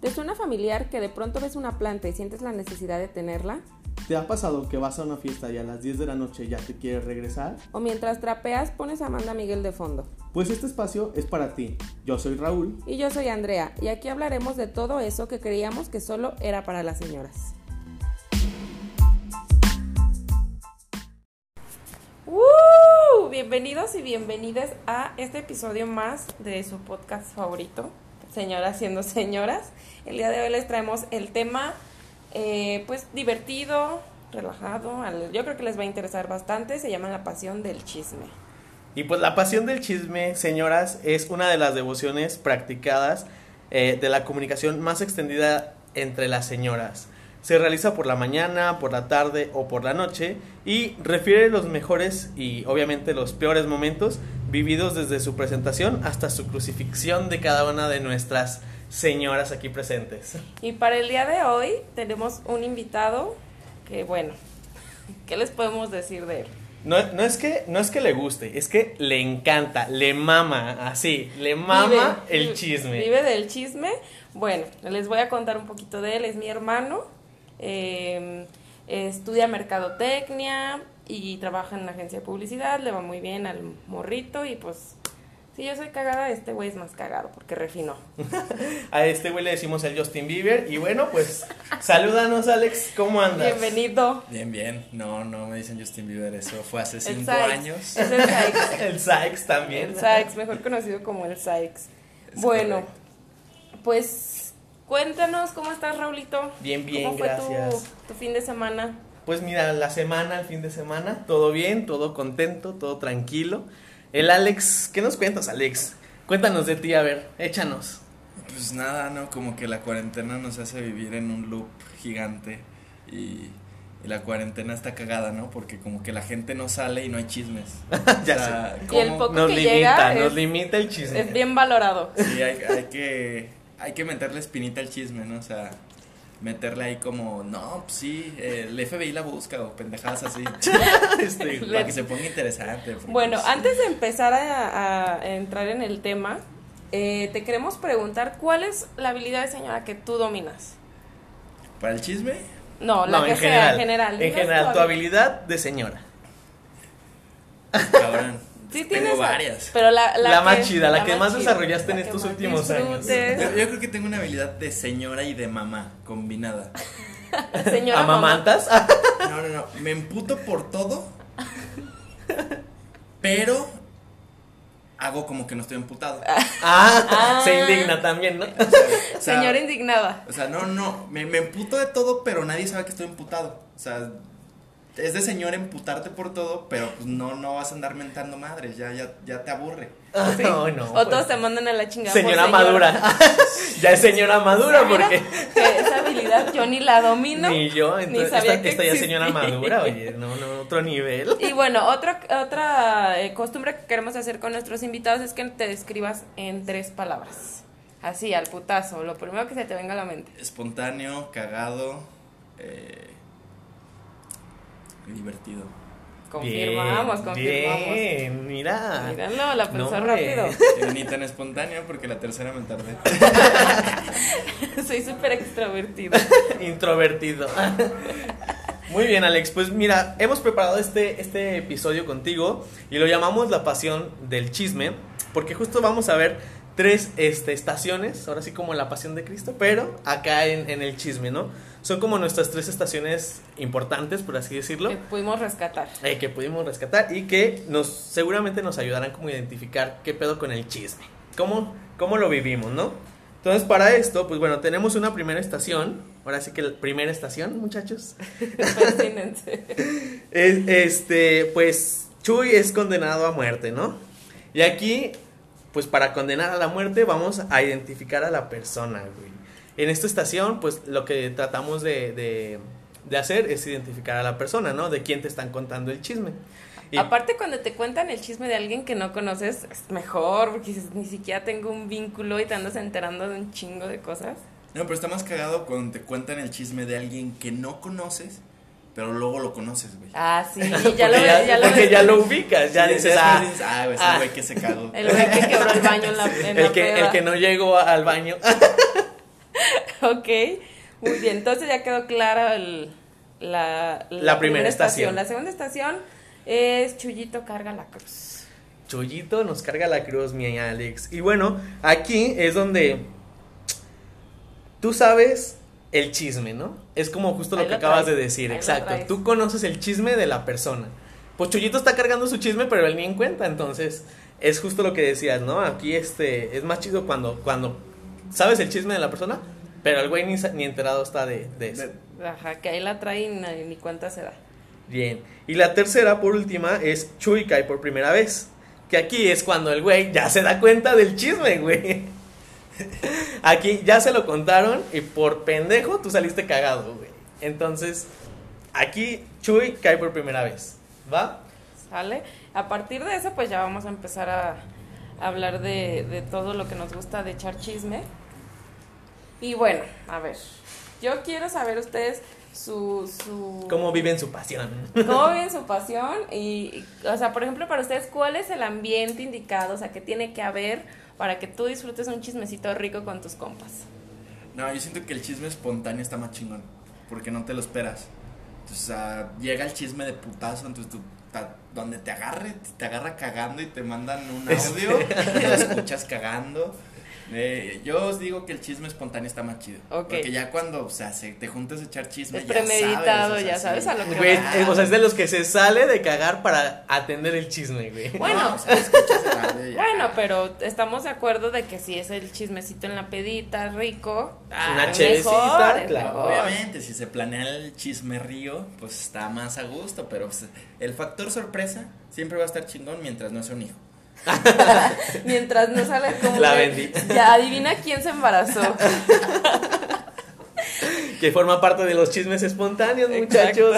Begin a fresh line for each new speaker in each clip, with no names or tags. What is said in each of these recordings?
¿Te suena familiar que de pronto ves una planta y sientes la necesidad de tenerla?
¿Te ha pasado que vas a una fiesta y a las 10 de la noche ya te quieres regresar?
¿O mientras trapeas pones a Amanda Miguel de fondo?
Pues este espacio es para ti. Yo soy Raúl.
Y yo soy Andrea, y aquí hablaremos de todo eso que creíamos que solo era para las señoras. ¡Uh! Bienvenidos y bienvenidas a este episodio más de su podcast favorito, Señoras siendo señoras. El día de hoy les traemos el tema eh, pues divertido, relajado. al- Yo creo que les va a interesar bastante. Se llama La Pasión del Chisme.
Y pues la pasión del chisme, señoras, es una de las devociones practicadas eh, de la comunicación más extendida entre las señoras. Se realiza por la mañana, por la tarde o por la noche y refiere los mejores y obviamente los peores momentos vividos desde su presentación hasta su crucifixión de cada una de nuestras señoras aquí presentes.
Y para el día de hoy tenemos un invitado que, bueno, ¿qué les podemos decir de él?
No, no es que, no es que le guste, es que le encanta, le mama, así, le mama
Vive-
el chisme.
Vive del chisme. Bueno, les voy a contar un poquito de él. Es mi hermano. eh, estudia mercadotecnia y trabaja en una agencia de publicidad. Le va muy bien al morrito y pues... Si yo soy cagada, este güey es más cagado porque refinó.
A este güey le decimos el Justin Bieber. Y bueno, pues, salúdanos, Alex. ¿Cómo andas?
Bienvenido.
Bien, bien. No, no me dicen Justin Bieber, eso fue hace
El
cinco
Sykes.
años.
Es el Sykes.
El Sykes también.
El Sykes, mejor conocido como el Sykes.
Es
Eh, bueno,
correcto.
pues cuéntanos cómo estás, Raulito.
Bien, bien,
¿Cómo fue tu-
gracias.
Tu, fin de semana?
Pues mira, la semana, el fin de semana, todo bien, todo contento, todo tranquilo. El Alex, ¿qué nos cuentas, Alex? Cuéntanos de ti, a ver, échanos.
Pues nada, no, como que la cuarentena nos hace vivir en un loop gigante y, y la cuarentena está cagada, ¿no? Porque como que la gente no sale y no hay chismes. O
Ya
sea,
Y el
¿cómo?
poco
Nos
que
limita,
llega
nos
es-
limita el chisme.
Es bien valorado.
Sí, hay, hay que hay que meterle espinita al chisme, ¿no? O sea, meterle ahí como, no, pues sí, eh, el FBI la busca o pendejadas así.
Este, güey.
para que se ponga interesante. porque,
Bueno,
pues,
antes de empezar a, a entrar en el tema, eh, te queremos preguntar cuál es la habilidad de señora que tú dominas.
Para el chisme,
No, la
No,
que
en
sea,
general.
en general.
En
Dinos
general, tu habilidad de señora.
cabrón.
Sí
tengo
tienes
varias.
Pero la,
La
que-
más chida, la que más
chida,
desarrollaste en
la que
estos
más
últimos años.
Yo,
disfrutes.
yo creo que tengo una habilidad de señora y de mamá combinada.
Señora mamá.
¿Amamantas?
No, no, no. Me emputo por todo. Pero hago como que no estoy emputado.
Ah,
Ah.
se indigna también, ¿no?
O sea,
Señora indignada.
O sea, no, no. Me, me emputo de todo, pero nadie sabe que estoy emputado. O sea, es de señora emputarte por todo, pero pues no, no vas a andar mentando madres. Ya, ya, ya te aburre.
Sí.
No, no,
o
pues.
todos te mandan a la chingada. por
Señora madura. ya es señora madura porque
Que esa habilidad yo ni la domino.
ni yo, entonces
sabía
esta,
que
esta ya es señora
existía.
madura, oye, no, no, otro nivel.
Y bueno, otra otra eh, costumbre que queremos hacer con nuestros invitados es que te describas en tres palabras. Así, al putazo, lo primero que se te venga a la mente.
Espontáneo, cagado, eh, divertido.
Confirmamos, confirmamos.
Bien, mira.
Míralo, la pensó
No, hombre.
rápido.
Eh, Ni tan espontáneo porque la tercera me tardé.
Soy súper extrovertida.
Introvertido. Muy bien, Alex. Pues mira, hemos preparado este, este episodio contigo y lo llamamos La Pasión del Chisme, porque justo vamos a ver tres este, estaciones, ahora sí como La Pasión de Cristo, pero acá en, en el chisme, ¿no? Son como nuestras tres estaciones importantes, por así decirlo.
Que pudimos rescatar.
eh, que pudimos rescatar y que nos seguramente nos ayudarán como a identificar qué pedo con el chisme. Cómo, cómo lo vivimos, ¿no? Entonces, para esto, pues bueno, tenemos una primera estación. Ahora sí que la primera estación, muchachos.
Persínense.
Es, este, pues Chuy es condenado a muerte, ¿no? Y aquí, pues para condenar a la muerte vamos a identificar a la persona, güey. En esta estación, pues lo que tratamos de, de- de hacer es identificar a la persona, ¿no? De quién te están contando el chisme. Y-
Aparte, cuando te cuentan el chisme de alguien que no conoces, es mejor, porque dices, ni siquiera tengo un vínculo y te andas enterando de un chingo de cosas.
No, pero está más cagado cuando te cuentan el chisme de alguien que no conoces, pero luego lo conoces, güey.
Ah, sí, ya lo
porque
ves, ya lo
porque
ves.
ya lo ubicas, ya
Sí,
dices,
después
"Ah,
dices, ah, güey, ese
ah".
güey que se cagó.
El güey que quebró el baño en la, en
el
la
que, el
peda.
que no llegó a- al baño.
Ok, muy bien. Entonces ya quedó clara el- la,
La primera estación.
La segunda estación es Chuyito carga la cruz.
Chollito nos carga la cruz, mi Alex. Y bueno, aquí es donde tú sabes el chisme, ¿no? Es como justo lo
Ahí
que
lo
acabas
traes,
de decir,
ahí lo
exacto.
traes.
Tú conoces el chisme de la persona. Pues Chollito está cargando su chisme, pero él ni en cuenta, entonces es justo lo que decías, ¿no? Aquí este es más chido cuando cuando sabes el chisme de la persona, pero el güey ni, sa- ni enterado está de, de eso.
De-
Ajá, que ahí la trae y ni, ni cuenta se da.
Bien. Y la tercera, por última, es Chuy cae por primera vez. Que aquí es cuando el güey ya se da cuenta del chisme, güey. Aquí ya se lo contaron y por pendejo tú saliste cagado, güey. Entonces, aquí Chuy cae por primera vez. ¿Va?
¿Sale? A partir de eso, pues ya vamos a empezar a hablar de, de todo lo que nos gusta de echar chisme. Y bueno, a ver, yo quiero saber ustedes su... su
¿Cómo viven su pasión?
¿Cómo viven su pasión? Y, y, o sea, por ejemplo, para ustedes, ¿cuál es el ambiente indicado? O sea, ¿qué tiene que haber para que tú disfrutes un chismecito rico con tus compas?
No, yo siento que el chisme espontáneo está más chingón, porque no te lo esperas. Entonces, ah, llega el chisme de putazo, entonces tú, ta- donde te agarre, te- te agarra cagando y te mandan un audio, y lo escuchas cagando. Eh, yo os digo que el chisme espontáneo está más chido.
Ok.
Porque ya cuando, o sea, se- te juntas a echar chisme,
Es
ya
premeditado,
sabes, o sea,
ya sabes a lo que
Güey,
va.
eh, o sea, es de los que se sale de cagar para atender el chisme, güey.
Bueno.
No, o sea, escuchas el audio y ya.
Bueno, pero estamos de acuerdo de que si es el chismecito en la pedita, rico.
Una
es
chevecita,
mejor, es
claro.
mejor.
Obviamente, si se planea el chisme río, pues está más a gusto, pero pues, el factor sorpresa siempre va a estar chingón mientras no sea un hijo.
Mientras no salga como.
La
de,
bendita.
Ya adivina quién se embarazó.
Que forma parte de los chismes espontáneos, muchachos.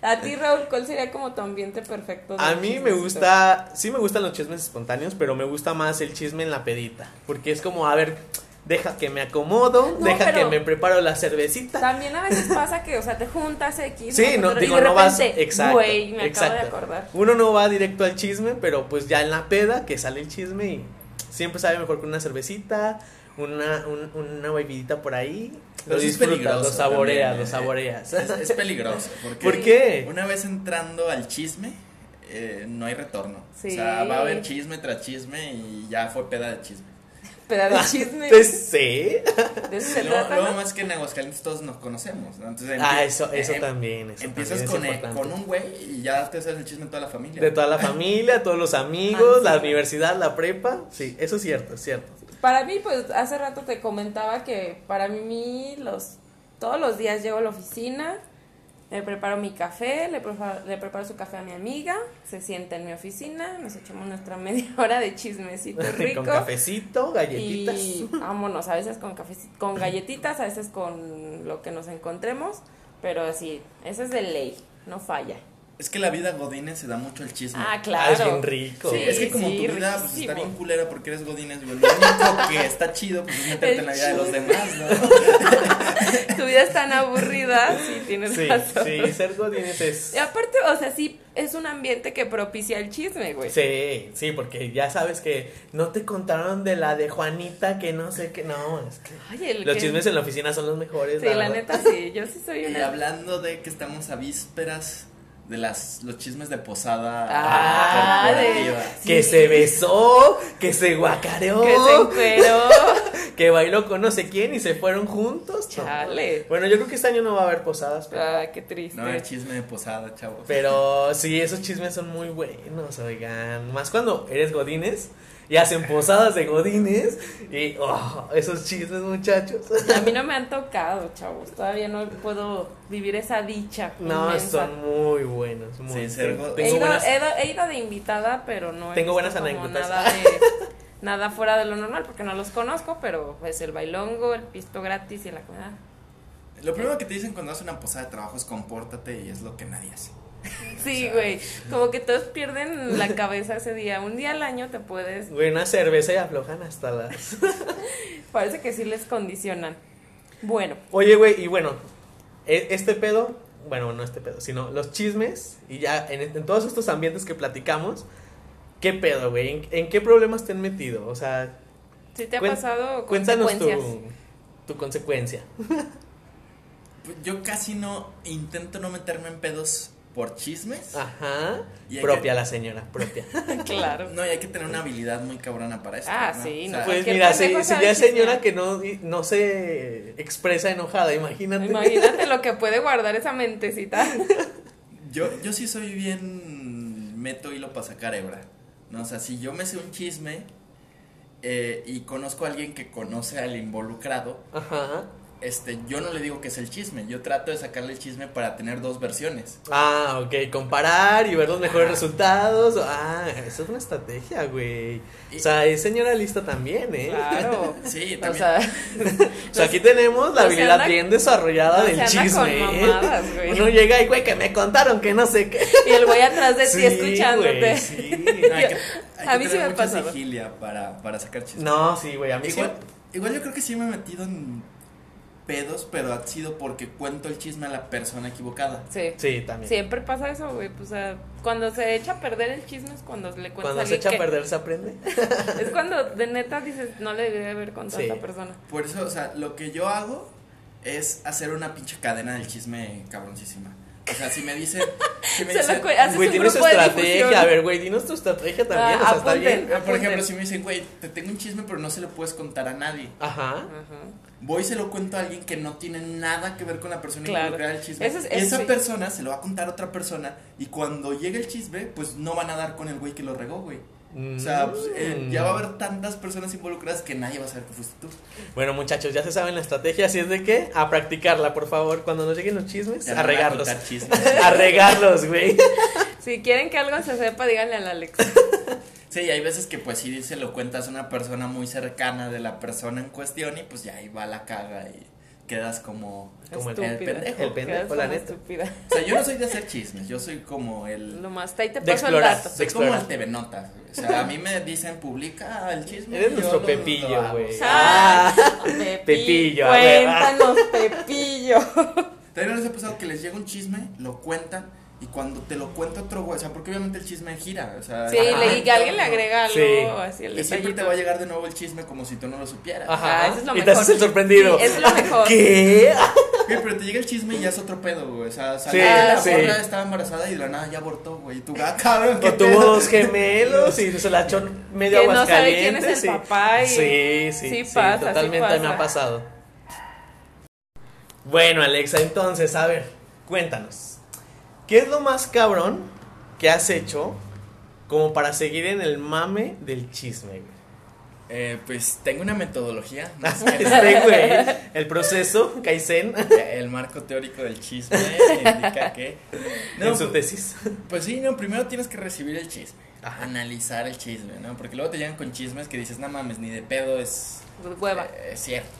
A ti, Raúl, ¿cuál sería como tu ambiente perfecto? de
A mí me
chismecito?
gusta, sí me gustan los chismes espontáneos, pero me gusta más el chisme en la pedita, porque es como, a ver, deja que me acomodo,
No,
deja
pero-
que me preparo la cervecita.
También a veces pasa que, o sea, te juntas X.
Sí,
una
no,
con otra,
digo,
y de
no vas,
repente,
exacto,
Güey, me acabo de
exacto.
acordar.
Uno no va directo al chisme, pero pues ya en la peda que sale el chisme y siempre sabe mejor con una cervecita, una, un- una bebidita por ahí, lo
Pero sí es
disfrutas,
peligroso
lo saboreas,
también,
lo
eh.
saboreas.
Es, es peligroso. Porque
¿Por qué?
Una vez entrando al chisme, eh, no hay retorno.
Sí.
O sea, va a haber chisme tras chisme y ya fue peda de chisme.
Pero
Ah,
de chisme.
Te sé.
De eso se
Luego,
trata.
luego
¿no?
más que en Aguascalientes todos nos conocemos. ¿no? Entonces, empie-
Ah, eso, eso
em-
también. Eso
Empiezas con,
también es
eh,
importante.
con un güey y ya te haces el chisme de toda la familia.
De toda la familia, todos los amigos,
Ah, sí,
la
claro.
universidad, la prepa. Sí, eso es cierto, es cierto.
Para mí, pues hace rato te comentaba que para mí los todos los días llego a la oficina, me preparo mi café, le preparo, le preparo su café a mi amiga, se sienta en mi oficina, nos echamos nuestra media hora de chismecito rico.
Con cafecito, galletitas.
Y vámonos, a veces con café, con galletitas, a veces con lo que nos encontremos, pero así, eso es de ley, no falla.
Es que la vida godines se da mucho el chisme.
Ah,
Ah,
claro.
es bien rico.
Sí,
es que como
sí,
tu vida pues,
riquísimo.
está bien culera porque eres godines, güey. Lo único que está chido pues, es meterte
El
en la vida de los
chisme.
demás, ¿no?
Tu vida es tan aburrida, sí, tienes
Sí,
razón.
sí, ser godines es.
Y aparte, o sea, sí, es un ambiente que propicia el chisme, güey.
Sí, sí, porque ya sabes que no te contaron de la de Juanita, que no sé qué. No, es que
Ay, el
los
que-
chismes en la oficina son los mejores.
Sí, la
verdad.
neta sí, yo sí soy
Y
una...
hablando de que estamos a vísperas de las los chismes de posada
Ah,
de-
corporativa.
Que
Sí.
se besó, que se guacareó,
Que se encueró.
que bailó con no sé quién y se fueron juntos. No.
Chale.
Bueno, yo creo que este año no va a haber posadas, pero.
Ah, qué triste.
No, el chisme de posada, chavos.
Pero sí, esos chismes son muy buenos, oigan. Más cuando eres godines y hacen posadas de godines y oh, esos chismes, muchachos.
A mí no me han tocado, chavos. Todavía no puedo vivir esa dicha.
No,
inmensa.
son muy buenos, muy
Sí, ser
tengo-
go-
He
Tengo
ido,
buenas
he ido- he ido de invitada, pero no. he
Tengo
visto
buenas
como
anécdotas.
Nada, de- nada fuera de lo normal, porque no los conozco, pero pues el bailongo, el pisto gratis y la comida.
Lo primero que te dicen cuando haces una posada de trabajo es compórtate y es lo que nadie hace.
Sí,
O sea,
güey. Como que todos pierden la cabeza ese día. Un día al año te puedes.
Güey, una cerveza y aflojan hasta las.
Parece que sí les condicionan. Bueno,
Oye, güey, y bueno, e- este pedo, bueno, no este pedo, sino los chismes y ya en, en todos estos ambientes que platicamos, ¿qué pedo, güey? ¿En, en qué problemas te han metido? O sea,
si te ha
Cuen-
pasado
cuéntanos
consecuencias.
tu, tu consecuencia.
Pues Yo casi no intento no meterme en pedos por chismes.
Ah,
Ajá.
Y hay
Propia
que-
la señora, propia.
Claro.
No, y hay que tener una habilidad muy cabrona para eso.
Ah, sí, no.
Pues
Cualquier
mira, si,
pendejo
si
sabe
ya es
chismear.
señora que no, no se expresa enojada, imagínate.
Imagínate lo que puede guardar esa mentecita.
Yo, yo sí soy bien meto hilo para sacar hebra. ¿no? O sea, si yo me sé un chisme eh, y conozco a alguien que conoce al involucrado,
Ajá.
este, yo no le digo que es el chisme, yo trato de sacarle el chisme para tener dos versiones.
Ah, ok, comparar y ver los mejores resultados. Ah, eso es una estrategia, güey. O sea, es señora lista también, ¿eh?
Claro.
Sí,
O
también.
sea,
O sea, aquí tenemos la
no pues se
habilidad
anda-
bien desarrollada
no se
del
anda con
chisme. ¿eh?
mamadas, güey.
Uno llega y, güey, que me contaron que no sé qué.
y el güey atrás de ti
Sí,
escuchándote.
güey, sí.
No, hay que, hay
A
que
mí sí
tener
me
mucha
pasa, ¿no?
sigilia para, para sacar chisme.
No, sí, güey, a mí
Igual,
igual.
igual yo creo que sí me he metido en pedos, pero ha sido porque cuento el chisme a la persona equivocada.
Sí.
Sí, también.
Siempre pasa eso, güey. pues, O sea, cuando se echa a perder el chisme es cuando le cuentas pues, a
Cuando se
alguien
echa a
que-
perder se aprende.
Es cuando de neta dices, no le debí haber contado a
Sí.
esta persona.
Por eso, o sea, lo que yo hago es hacer una pinche cadena del chisme cabroncísima. O sea, si me dicen... Si me
Se ah, lo
dicen- ah,
cue- haces
Güey,
un
tienes tu
grupo de
estrategia.
difusión.
A ver, güey, dinos tu estrategia también.
Ah,
o sea, está
apunten.
bien.
Ah, por ejemplo,
Apunten.
si me dicen, güey, te tengo un chisme, pero no se lo puedes contar a nadie.
Ajá.
Ajá.
Voy y se lo cuento a alguien que no tiene nada que ver con la persona
Claro.
involucrada del chisme.
Eso es-
y
eso
esa
sí.
persona se lo va a contar a otra persona. Y cuando llegue el chisme, pues no van a dar con el güey que lo regó, güey. O sea, pues, eh,
Mm.
ya va a haber tantas personas involucradas que nadie va a saber que fuiste tú.
Bueno, muchachos, ya se saben la estrategia. Así es de que a practicarla, por favor. Cuando nos lleguen los chismes, Pues a
Ya no me van
regarlos.
contar chismes.
A regarlos, güey.
Si quieren que algo se sepa, díganle al Alex.
Sí, hay veces que pues sí se lo cuentas a una persona muy cercana de la persona en cuestión y pues ya ahí va la caga y quedas como...
Como el-
Estúpida.
el pendejo,
el pendejo,
Quedas
la
como
neta.
estúpida.
O sea, yo no soy de hacer chismes, yo soy como el...
Lo más, ahí te
De
paso el
explorar.
dato.
Soy como
Explorar.
el TV Notas. güey. O sea, a mí me dicen publica el chisme.
Eres
y yo
nuestro
lo- lo
Pepillo,
hago.
güey.
Ah,
Ah.
Pepi-
Pepillo, a ver, ah.
Cuéntanos, Pepillo.
También les ha pasado que les llega un chisme, lo cuentan y cuando te lo cuenta otro güey, o sea, porque obviamente el chisme gira, o sea,
Sí,
Ajá.
le, y que alguien le agrega algo
Sí.
así el
Y siempre te
detallito.
va a llegar de nuevo el chisme como si tú no lo supieras.
Ajá.
Ah, eso es lo
y te
mejor.
haces el sorprendido.
Sí, es lo mejor.
¿Qué?
Güey, pero te llega el chisme y ya es otro pedo, güey. O sea,
Sí,
salió que la
sí.
morra estaba embarazada y de la nada ya abortó, güey. Y tu gato, cabrón,
Que
qué
tuvo
pedo.
dos gemelos y se la echó medio
Que no sabe quién
aguascalientes.
es el
sí.
papá y-
Sí, sí,
sí
sí,
pasa, sí
totalmente me
pasa.
ha pasado. Bueno, Alexa, entonces, a ver, cuéntanos. ¿Qué es lo más cabrón que has hecho como para seguir en el mame del chisme, güey?
Eh, pues tengo una metodología. más que nada.
Este, güey, el proceso, Kaizen,
El marco teórico del chisme indica que. No,
en su
pues,
tesis.
pues sí, no, primero tienes que recibir el chisme.
Ajá.
Analizar el chisme, ¿no? Porque luego te llegan con chismes que dices, no mames, ni de pedo es.
Pues, Hueva.
eh, es cierto.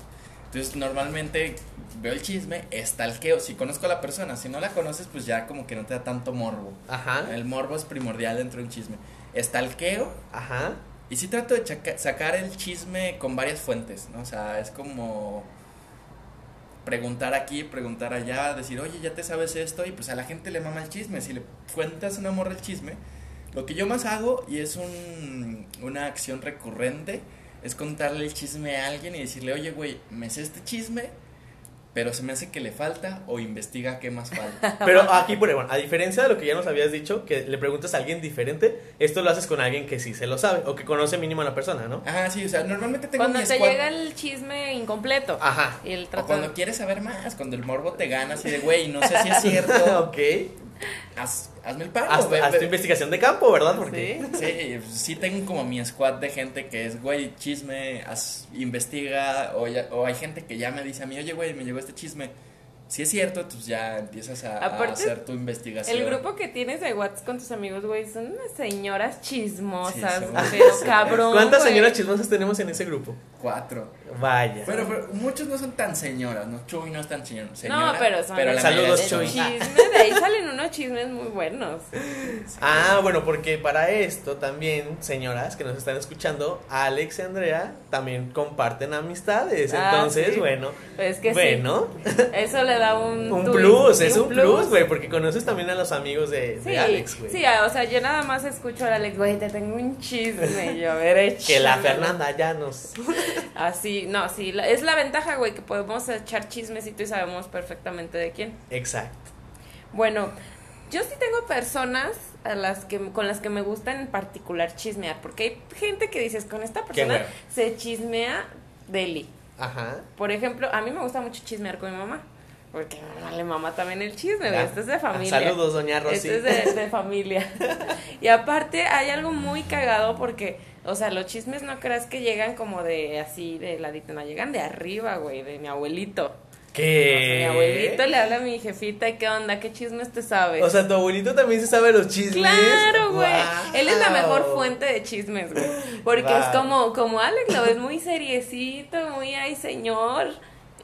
Entonces, normalmente veo el chisme, estalqueo. Si conozco a la persona, si no la conoces, pues ya como que no te da tanto morbo.
Ajá,
El morbo es primordial dentro de un chisme. Estalqueo
ajá.
y sí trato de chaca- sacar el chisme con varias fuentes, ¿no? O sea, es como preguntar aquí, preguntar allá, decir, oye, ya te sabes esto, y pues a la gente le mama el chisme. Si le cuentas una morra el chisme, lo que yo más hago, y es un- una acción recurrente, es contarle el chisme a alguien y decirle, oye, güey, me sé este chisme, pero se me hace que le falta o investiga qué más falta.
Pero aquí, por ejemplo, a diferencia de lo que ya nos habías dicho, que le preguntas a alguien diferente, esto lo haces con alguien que sí se lo sabe o que conoce mínimo a la persona, ¿no?
Ajá, sí, o sea, normalmente tengo
Cuando
mi
te
squad-
llega el chisme incompleto.
Ajá.
Y el
O
trato
cuando quieres saber más, cuando el morbo te gana, así de, güey, no sé si es cierto,
ok.
haz- hazme el paro,
Haz,
güey,
haz tu
ve-
investigación de campo, ¿verdad? Porque
Sí.
Sí, sí tengo como mi squad de gente que es, güey, chisme, haz- investiga, o, ya- o hay gente que ya me dice a mí, oye, güey, me llegó este chisme, si es cierto, pues ya empiezas a, a
Aparte,
hacer tu investigación.
El grupo que tienes de WhatsApp con tus amigos, güey, son unas señoras chismosas,
Sí, somos.
pero cabrón.
¿cuántas
güey.
señoras chismosas tenemos en ese grupo?
Cuatro.
Vaya.
Pero, pero muchos no son tan señoras, ¿no? Chuy no es tan señor- señora.
No, pero son
la
Saludos,
mayoría
de
son.
Chuy.
chisme, de ahí salen unos chismes muy buenos.
ah, bueno, porque para esto también, señoras que nos están escuchando, Alex y Andrea también comparten amistades.
Ah,
Entonces,
sí.
bueno,
Es que sí,
bueno,
eso le da un...
Un
twist,
plus,
sí,
es un plus, güey, porque conoces también a los amigos de, de
Sí,
Alex, güey.
sí, o sea, yo nada más escucho a Alex, güey, te tengo un chisme, yo, a ver,
que la
échale.
Fernanda ya nos...
Así, no, sí, la- es la ventaja, güey, que podemos echar chismecito y sabemos perfectamente de quién.
Exacto.
Bueno, yo sí tengo personas a las que, con las que me gusta en particular chismear, porque hay gente que dices, con esta persona
hueva.
se chismea deli.
Ajá.
Por ejemplo, a mí me gusta mucho chismear con mi mamá, porque a mi mamá le mama también el chisme, güey,
Ah,
esto este es de familia.
Saludos, doña Rosy.
Esto Este es de, de familia. Y aparte hay algo muy cagado porque, o sea, los chismes no creas que llegan como de así, de ladito, no, llegan de arriba, güey, de mi abuelito. O sea, mi
¿Qué?
abuelito le habla a mi jefita, ¿y ¿qué onda? ¿Qué chismes te sabes?
O sea, tu abuelito también se sabe los chismes.
Claro, güey.
Guau.
Él es la mejor fuente de chismes, güey. Porque
Wow.
es como, como Alex, lo ves muy seriecito, muy ay señor.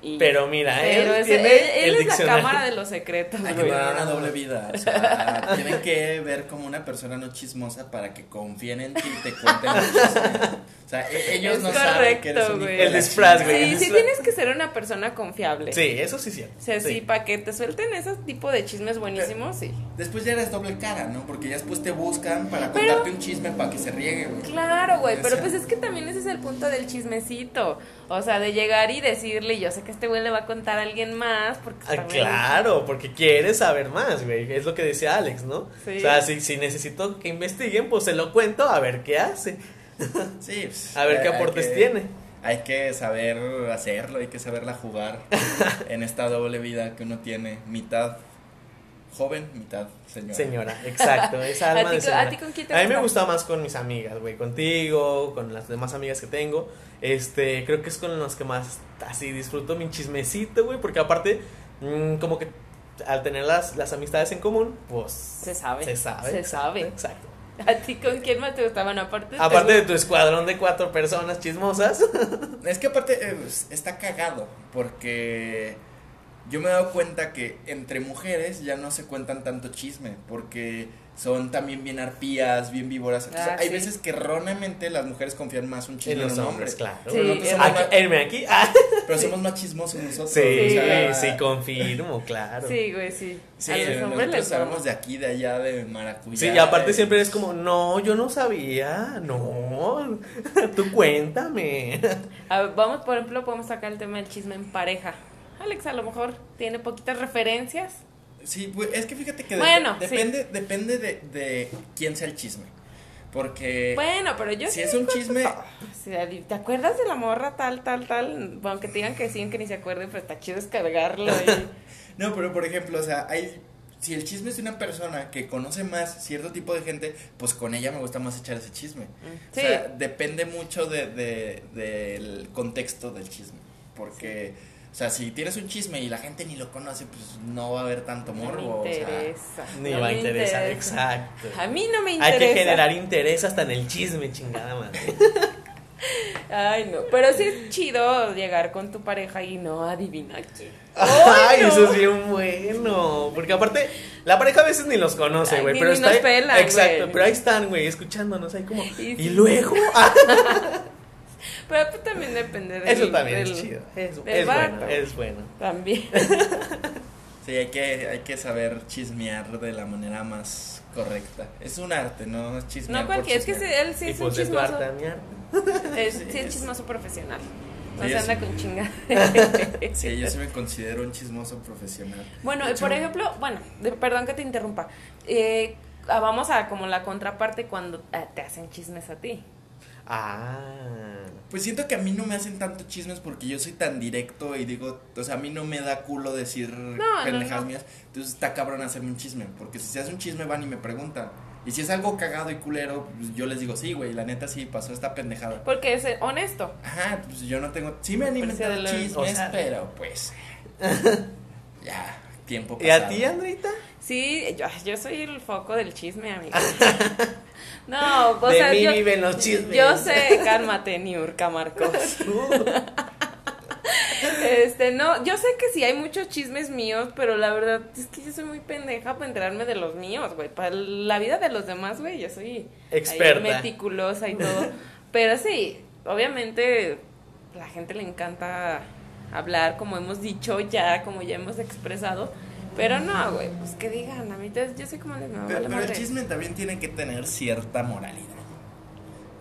Y-
Pero mira,
pero
él
es-
tiene
él-
el
él es la
diccionario.
cámara de los secretos,
Hay que
güey.
tener una doble vida. O sea, tienen que ver como una persona no chismosa para que confíen en ti y te cuenten los chismes. O sea, e- ellos
Es
no saben que eres
correcto,
un hijo
güey.
de
El
la
disfraz,
chingada.
güey.
Sí, sí tienes que ser una persona confiable.
Sí, eso sí es cierto.
O sea, sí,
Sí.
para que te suelten ese tipo de chismes buenísimos, sí.
Después ya eres doble cara, ¿no? Porque ya después te buscan para
Pero-
contarte un chisme para que se riegue, güey.
Claro, güey, pero
Esa.
pues es que también ese es el punto del chismecito. O sea, de llegar y decirle, yo sé que este güey le va a contar a alguien más, porque
Ah,
también-
claro, porque quieres saber más, güey. Es lo que decía Alex, ¿no?
Sí.
O sea, si, si necesito que investiguen, pues se lo cuento a ver qué hace,
Sí, pues,
a ver
hay-
qué
hay
aportes
que-
tiene.
Hay que saber hacerlo, hay que saberla jugar en esta doble vida que uno tiene, mitad joven, mitad señora.
Señora, exacto, esa
¿A
alma
ti,
de
co- a
señora.
ti con quién te
A mí me gusta más con mis amigas, güey, contigo, con las demás amigas que tengo. Este, creo que es con las que más así disfruto mi chismecito, güey, porque aparte, mm, como que al tener las, las amistades en común, pues. Se
sabe.
Se sabe.
Se
exacto,
sabe. Pues,
Exacto.
¿A ti con quién más te gustaban? Aparte, te
Aparte de
gusta-
tu escuadrón de cuatro personas chismosas.
Es que aparte eh, pues, está cagado, porque yo me he dado cuenta que entre mujeres ya no se cuentan tanto chisme, porque son también bien arpías, bien víboras. Entonces,
Ah,
hay
sí.
veces que erróneamente las mujeres confían más un chisme
En
en,
los
un
hombres,
hombre.
claro.
Sí,
Pero, nosotros
es-
somos
Aquí,
más-
herme aquí. Ah,
pero somos más chismosos nosotros.
sí,
Sí,
sí,
o sea,
confirmo, claro. Sí.
Sí, güey, sí.
Sí,
a los hombres les
nosotros sabemos
sabemos
de aquí, de allá, de maracuyá.
y aparte
de-
siempre es como, no, yo no sabía, no, tú cuéntame.
A ver, vamos, por ejemplo, podemos sacar el tema del chisme en pareja. Alex a lo mejor tiene poquitas referencias.
Sí, pues, es que fíjate que de-
Bueno, sí.
depende, depende de, de quién sea el chisme.
Eh,
Porque
Bueno, pero yo
si
sí
es
me
un chisme,
Sí, Ali, ¿Te acuerdas de la morra tal, tal, tal? Aunque te digan que sí, que ni se acuerden, pero está chido descargarlo. y- mm,
no, pero por ejemplo, o sea, hay, si el chisme es de una persona que conoce más cierto tipo de gente, pues con ella me gusta más echar ese chisme.
Sí.
O sea, depende mucho de, de- del contexto del chisme. Porque, o sea, si tienes un chisme y la gente ni lo conoce, pues no va a haber tanto morbo.
no
o
me
sea.
interesa.
Ni
no
va a
me
interesar,
interesa.
exacto.
A mí no me interesa.
Hay que generar interés hasta en el chisme, chingada madre.
Ay, no. Pero sí es chido llegar con tu pareja y no adivina quién.
Ay,
no!
eso es bien bueno. Porque aparte, la pareja a veces ni los conoce,
Ay,
güey.
ni-
Pero
ni
está
nos
ahí-
pelan,
Exacto,
güey.
pero ahí están, güey, escuchándonos. Ahí como,
Y
y
sí.
luego. Ah,
Pero pues, también depende de
eso también es chido. Es, es bueno, es bueno.
También.
Sí, hay que, hay que saber chismear de la manera más correcta. Es un arte, ¿no? Es chismear.
No
por
cualquier, es que
chismear.
sí, él sí
y
es un
pues es
chismoso.
Bartaniar.
Es,
Sí,
sí es
es-
chismoso profesional. No
Sí,
se
es-
anda con chinga.
Sí, yo sí me considero un chismoso profesional.
Bueno,
De
y por
hecho,
ejemplo, bueno, de- perdón que te interrumpa. Eh, ah, vamos a como la contraparte cuando ah, te hacen chismes a ti.
Ah.
Pues siento que a mí no me hacen tanto chismes porque yo soy tan directo y digo, o sea, a mí no me da culo decir
no,
pendejadas
no.
mías. Entonces está cabrón hacerme un chisme, porque si se hace un chisme van y me preguntan. Y si es algo cagado y culero, pues, yo les digo, sí, güey, la neta sí pasó esta pendejada.
Porque es eh, honesto.
Ajá, pues yo no tengo. Sí me animo a
Precio
inventar
de la-
chismes,
o sea-
pero pues. ya, tiempo
¿Y
pasado.
a ti, Andrita?
Sí, yo, yo soy el foco del chisme, amiga. No, o
De
sea,
mí
yo,
viven los chismes.
yo sé, cálmate, Niurka Marcos.
Uh,
Este, no, yo sé que sí hay muchos chismes míos, pero la verdad es que yo soy muy pendeja para enterarme de los míos, güey. Para la vida de los demás, güey, yo soy ahí
Experta.
meticulosa y todo. Pero sí, obviamente la gente le encanta hablar, como hemos dicho ya, como ya hemos expresado. Pero no, güey, pues que digan, a mí te- yo soy como les me
Pero,
vale
pero el
madre.
chisme también tiene que tener cierta moralidad.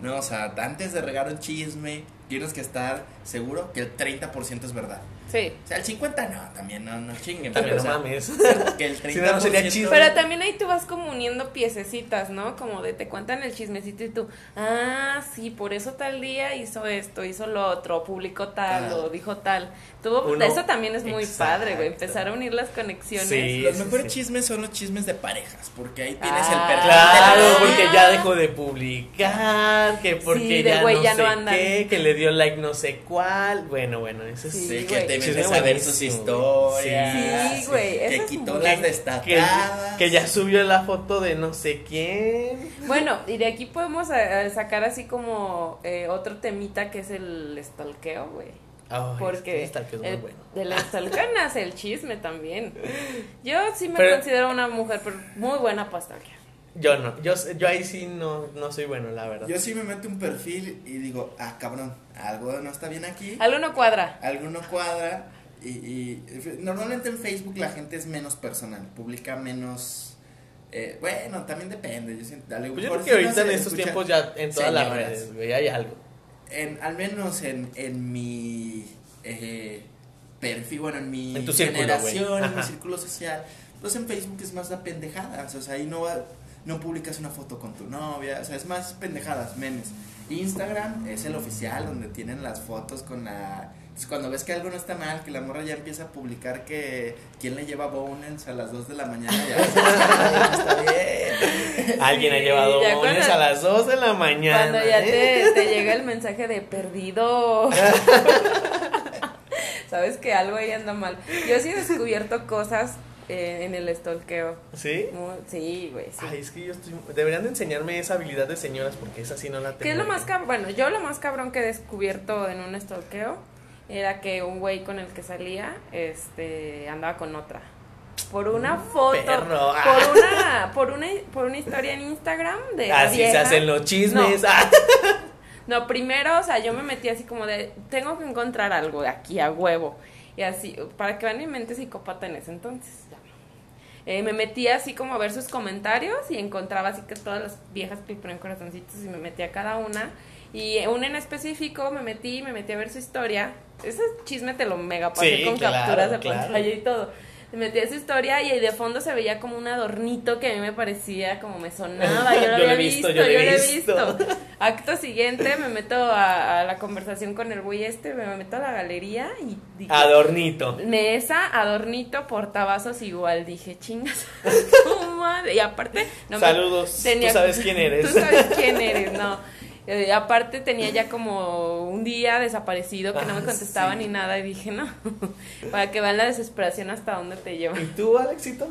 No, o sea, antes de regar un chisme, tienes que estar seguro que el 30% es verdad.
Sí.
O sea, el 50% no, también no, no chinguen.
Pero
pero, o
no
sea,
mames.
que el 30%
Si no, no sería chisme.
Pero también ahí tú vas como uniendo piececitas, ¿no? Como de te cuentan el chismecito y tú, ah, sí, por eso tal día hizo esto, hizo lo otro, publicó tal
Ah.
o dijo tal. Tuvo,
Uno-
eso también es muy padre, güey,
Exacto.
empezar a unir las conexiones.
Sí.
Los mejores
sí.
chismes son los chismes de parejas, porque ahí tienes
Ah,
el perfil
Claro,
de la
porque ya dejó de publicar, que porque
Sí, de
ya,
güey,
no
ya no
sé
andan.
qué, que le dio like no sé cuál. Bueno, bueno, eso
Sí,
sí.
Sí, que
güey.
te metes
Chisme
a ver sus
buenísimo,
historias.
Sí, güey, eso
Que
es
quitó
muy-
las
Que,
destacadas.
que ya subió la foto de no sé quién.
Bueno, y de aquí podemos eh, eh, sacar así como eh, otro temita que es el stalkeo, güey.
Ay,
Porque
este que es muy
el-
bueno.
de la stalkeo nace el chisme también. Yo sí me
Pero-
considero una mujer pero muy buena para stalkear.
Yo no, yo, yo ahí sí no, no soy bueno, la verdad.
Yo sí me meto un perfil y digo, ah, cabrón, algo no está bien aquí.
Algo no cuadra.
Algo no cuadra. Y, y- normalmente en Facebook la gente es menos personal, publica menos. eh, bueno, también depende. Yo siento, a lo
Pues yo creo
mejor
que
sí
ahorita
no se
en estos
escucha-
tiempos ya en todas las
señoras.
redes, güey, hay algo.
en- al menos en, en mi eh, perfil, bueno, en mi
En tu círculo, güey.
generación, en mi
Ajá.
círculo social, pues en Facebook es más la pendejada, o sea, ahí no, va- no publicas una foto con tu novia, o sea, es más pendejadas, memes. Instagram es el oficial donde tienen las fotos con la... entonces, Cuando ves que algo no está mal, que la morra ya empieza a publicar que quién le lleva bonens a las 2 de la mañana, ya está bien.
Alguien ha
Sí,
llevado
ya
mones
cuando-
a las 2 de la mañana.
Cuando ya
¿eh?
te, te llega el mensaje de perdido. Sabes que algo ahí anda mal. Yo sí he descubierto cosas eh, en el stalkeo.
¿Sí?
Muy- Sí, güey, sí.
Ay, es que yo estoy. Deberían de enseñarme esa habilidad de señoras porque esa sí no la tengo.
¿Qué es lo
güey.
más cabrón? Bueno, yo lo más cabrón que he descubierto en un stalkeo era que un güey con el que salía este, andaba con otra. Por una foto,
Mm, perro. ah,
por una, por una, por una historia en Instagram de la
Así se
vieja.
hacen los chismes.
No.
Ah,
No, primero, o sea, yo me metí así como de, tengo que encontrar algo de aquí a huevo. Y así, para que vean mi mente psicópata en ese entonces. ya. Eh, me metí así como a ver sus comentarios y encontraba así que todas las viejas que ponían corazoncitos y me metí a cada una. Y eh, una en específico me metí, me metí a ver su historia. Ese chisme te lo mega pasé
Sí,
con
claro,
capturas de
claro.
pantalla y todo. Me metí a su historia y ahí de fondo se veía como un adornito que a mí me parecía como me sonaba. Yo lo había visto, yo lo he visto. Acto siguiente, me meto a, a la conversación con el güey este, me meto a la galería y dije,
Adornito.
mesa, adornito, portavasos igual. Dije, chingas, tu madre. Y aparte, no me-
Saludos.
tenía-
Tú sabes quién eres.
Tú sabes quién eres, no. Eh, aparte tenía ya como un día desaparecido que no me
Ah,
contestaba
sí.
ni nada y dije, no, para que vean la desesperación hasta dónde te lleva.
¿Y tú, Alexito?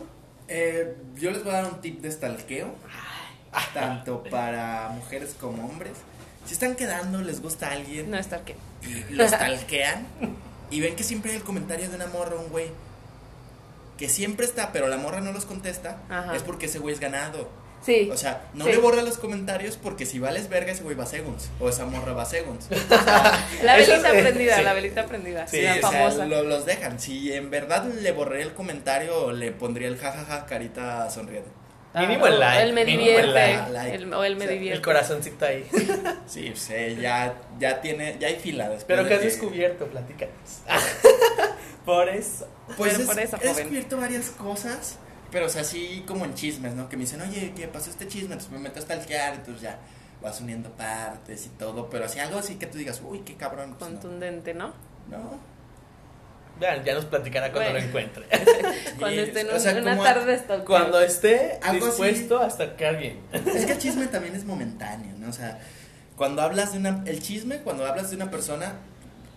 Eh, yo les voy a dar un tip de stalkeo, tanto para mujeres como hombres. Si están quedando, les gusta a alguien,
No está que.
y lo stalkean y ven que siempre hay el comentario de una morra, un güey, que siempre está, pero la morra no los contesta,
Ajá.
es porque ese güey es ganado.
Sí.
O sea, no
Sí.
le borra los comentarios porque si vales verga, ese güey va segunds, o esa morra va segunds.
La
Eso
velita
es- eh,
prendida,
sí.
la velita prendida.
Sí,
la
o sea,
famosa.
lo- los dejan. Si en verdad le borré el comentario, le pondría el jajaja carita sonriendo.
Mínimo el
Ah, O
like,
El me
mínimo
divierte.
el like.
like.
el- o el me
O sea, el
divierte.
El corazoncito ahí.
Sí, sí, ya, ya tiene, ya hay fila después
Pero
de
¿qué has
que-
descubierto? Platícanos. Por eso.
Pues
Pero
es-
por eso,
he
joven.
descubierto varias cosas, pero o sea, así como en chismes, ¿no? Que me dicen, oye, ¿qué pasó este chisme? Entonces me meto a stalkear, entonces ya vas uniendo partes y todo, pero así algo así que tú digas, uy, qué cabrón. pues, no.
Contundente, ¿no?
no.
Ya, ya nos platicará cuando
Bueno.
lo encuentre.
Cuando
Sí,
esté en
o sea,
un- una
como a-
tarde stalker.
Cuando esté
Algo así.
dispuesto a estar bien.
Es que el chisme también es momentáneo, ¿no? O sea, cuando hablas de una. El chisme, cuando hablas de una persona,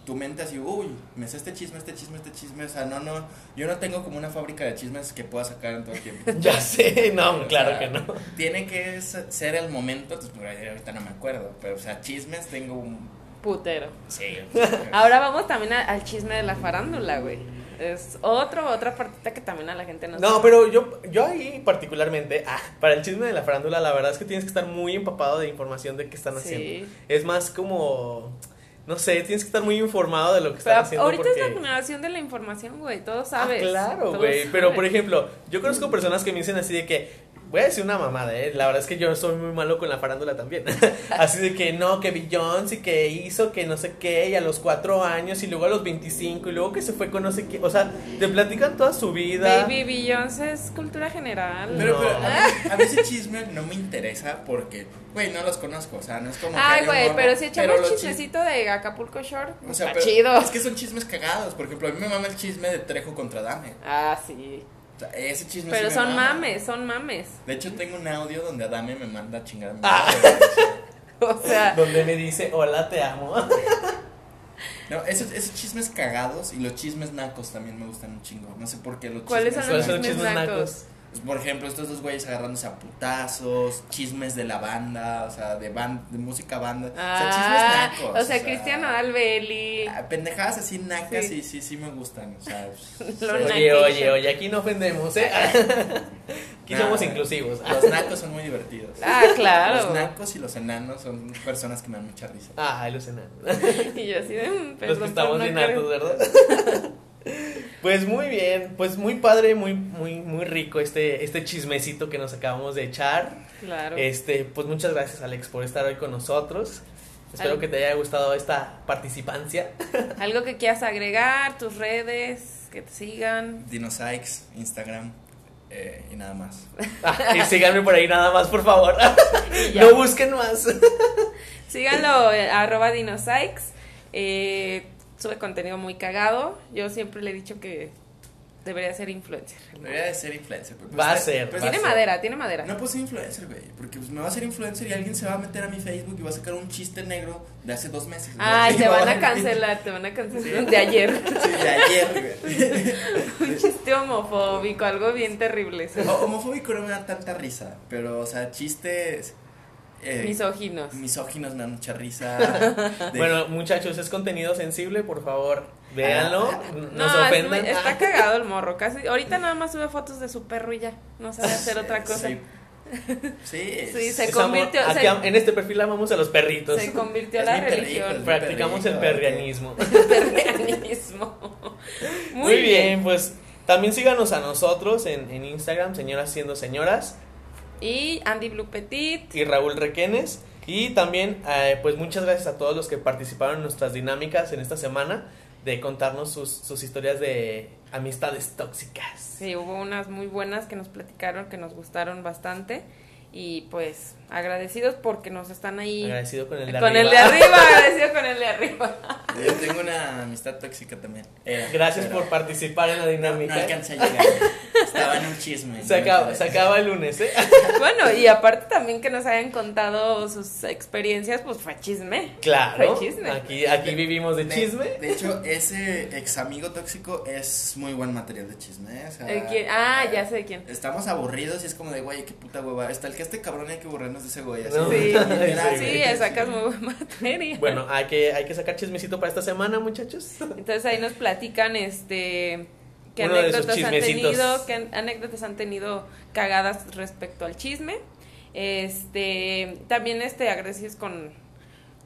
tu mente así, uy, me sé este chisme, este chisme, este chisme. O sea, no, no. Yo no tengo como una fábrica de chismes que pueda sacar en todo el tiempo.
Ya sé, no,
O
claro
sea,
que no.
Tiene que s- ser el momento, pues, por ahí ahorita no me acuerdo, pero o sea, chismes tengo un...
Putero.
Sí.
Ahora vamos también a- al chisme de la farándula, güey. Es otro, otra partita que también a la gente no
No, pero yo, yo ahí particularmente, ah, para el chisme de la farándula, la verdad es que tienes que estar muy empapado de información de qué están
Sí.
haciendo. Es más como No sé, tienes que estar muy informado de lo que
Pero
están haciendo.
ahorita
porque...
es la generación de la información, güey. Todo sabes.
Ah, claro,
todo
güey. Pero,
sabes.
por ejemplo, yo conozco personas que me dicen así de que. Voy a decir una mamada, ¿eh? La verdad es que yo soy muy malo con la farándula también. así de que no, que Beyoncé, y que hizo, que no sé qué, y a los cuatro años, y luego a los 25, y luego que se fue con no sé qué. O sea, te platican toda su vida.
Baby Beyoncé es cultura general.
No.
Pero, pero a, mí, a mí ese chisme no me interesa porque, güey, no los conozco. O sea, no es como. que
Ay,
haya un
güey,
morbo,
pero si echamos
los chis-
chismecito de Acapulco Shore,
O sea,
está
pero-
chido.
Es que son chismes cagados. Por ejemplo, a mí me mama el chisme de Trejo contra Dame.
Ah, sí.
O sea, ese chisme
Pero
sí me
son
mama.
mames, son mames.
De hecho, tengo un audio donde Adame me manda a chingar a mi
Ah.
madre.
O sea,
Donde me dice, hola, te amo.
No, esos, esos chismes cagados y los chismes nacos también me gustan un chingo. No sé por qué los
¿Cuáles son los
Son
chismes
son
nacos.
chismes
chismes
nacos.
nacos?
Pues, Por ejemplo, estos dos güeyes agarrándose a putazos, chismes de la banda, o sea, de, ban- de música banda. o sea,
ah,
chismes nacos.
o sea, Cristiano Dalbelli.
ah, Pendejadas así nacas
Sí.
sí. sí, sí me gustan. O sea, pues,
Lo
sí.
naco.
Oye, oye, oye, aquí no ofendemos, ¿eh? aquí
Nah,
somos inclusivos.
Los nacos son muy divertidos.
Ah,
Los
claro.
nacos y los enanos son personas que me dan mucha risa.
Ah, los enanos.
Y yo así de mm,
Los que
perdón por
estamos
no
bien
querer.
hartos, ¿verdad? Pues muy bien, pues muy padre, muy, muy, muy rico este, este chismecito que nos acabamos de echar.
Claro.
Este, pues muchas gracias Alex por estar hoy con nosotros. Espero
Al-
que te haya gustado esta participancia.
Algo que quieras agregar, tus redes, que te sigan.
Dinosaix, Instagram eh, y nada más.
Ah, y síganme por ahí nada más, por favor.
ya.
No busquen más.
Síganlo, eh, arroba dinosaix. Eh, sube contenido muy cagado. Yo siempre le he dicho que debería ser influencer.
Debería de ser influencer. pero pues,
Va a
está-
ser,
pero
va a
Tiene
ser.
está-
madera, tiene madera.
No puedo ser influencer, güey. Porque pues, me va a ser influencer y alguien se va a meter a mi Facebook y va a sacar un chiste negro de hace dos meses. güey.
Ay,
Y
Ah, te
va
van a
valer-
cancelar, te van a cancelar.
Sí.
De ayer.
Sí, de ayer, güey.
Un chiste Este homofóbico, algo bien terrible. ¿sí?
O- Homofóbico no me da tanta risa, pero, o sea, chistes. eh,
Misóginos.
misóginos me dan mucha risa. de-
Bueno, muchachos, es contenido sensible, por favor, véanlo.
Ah.
No,
No se
es
ofendan.
muy- está cagado el morro. Casi, ahorita nada más sube fotos de su perro y ya. No sabe hacer otra cosa.
Sí. Sí,
Sí,
Es
se
amor-
convirtió-
aquí
se-
am- en este perfil amamos a los perritos.
Se convirtió
Es
la
mi perrito,
religión.
es
Practicamos el
Perrito,
perrianismo.
El perrianismo.
Muy, bien. pues también síganos a nosotros en, en Instagram, señoras siendo señoras,
Y Andy Blue Petit.
y Raúl Requenes. Y también, eh, pues muchas gracias a todos los que participaron en nuestras dinámicas en esta semana de contarnos sus, sus historias de amistades tóxicas.
Sí, hubo unas muy buenas que nos platicaron, que nos gustaron bastante. Y pues agradecidos porque nos están ahí.
Agradecido con el de
con
arriba.
el de arriba, agradecido con el de arriba.
Yo eh, tengo una amistad tóxica también. Era,
Gracias
pero
por participar en la
No, no
dinámica.
alcancé a llegar. Estaba en un chisme.
se,
no
acaba,
alcancé.
se acaba el lunes, ¿eh?
Bueno, y aparte también que nos hayan contado sus experiencias, pues fue chisme.
Claro.
Fue chisme.
Aquí, aquí vivimos de chisme.
De hecho, ese ex amigo tóxico es muy buen material de chisme. ¿eh? O sea,
Eh, ¿quién? Ah, ya sé de quién.
Estamos aburridos y es como de, güey, qué puta hueva. Hasta el que este cabrón hay que borrarnos de ese güey. así.
No.
Sí,
Literal,
sí,
güey.
sacas muy buena materia.
Bueno, hay que, hay que sacar chismecito para esta semana, muchachos.
Entonces ahí nos platican este qué
Uno de sus
anécdotas han
chismecitos.
tenido, qué an- anécdotas han tenido cagadas respecto al chisme. Este, también este agradecidos con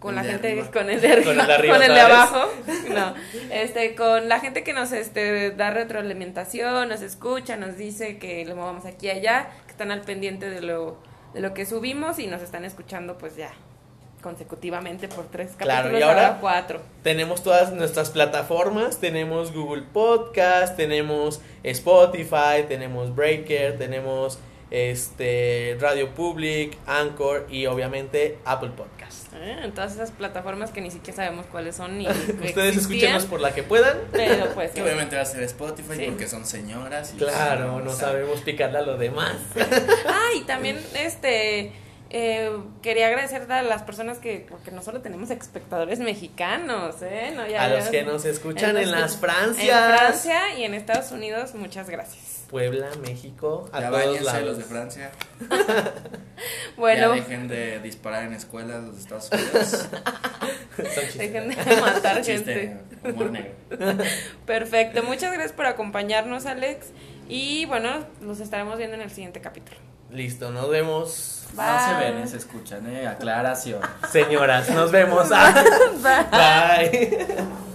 con
El
la
de
gente
arriba.
con el de arriba,
Con el de arriba,
con el de
¿sabes?
abajo, no. Este, con la gente que nos este da retroalimentación, nos escucha, nos dice que lo movamos aquí y allá, que están al pendiente de lo de lo que subimos y nos están escuchando pues ya consecutivamente por tres capítulos,
Claro, y ahora-
cuatro.
Tenemos todas nuestras plataformas, tenemos Google Podcast, tenemos Spotify, tenemos Breaker, tenemos este Radio Public, Anchor y obviamente Apple Podcast.
Ah, en todas esas plataformas que ni siquiera sabemos cuáles son ni
Ustedes
ustedes
escúchenos por la que puedan.
pero pues
Que obviamente va a ser Spotify
Sí.
porque son señoras. Y
Claro,
o
no
sea,
sabemos picarle a lo demás.
ah y también este eh, quería agradecer a las personas que porque no solo tenemos espectadores mexicanos eh no ya
A los
ya-
que nos escuchan
los
en
que-
las
en
Francias,
Francia y en Estados Unidos muchas gracias
Puebla, México, a
Ya
todos
váyanse
lados.
los de Francia.
bueno
Ya dejen de disparar en escuelas los de Estados Unidos.
Son chistes.
dejen de matar gente
Chiste, humor negro.
perfecto muchas gracias por acompañarnos Alex y bueno los estaremos viendo en el siguiente capítulo
Listo, nos vemos.
No se
Bye.
ven, se escuchan, eh. Aclaración.
Señoras, nos vemos. Ah,
Bye.
Bye.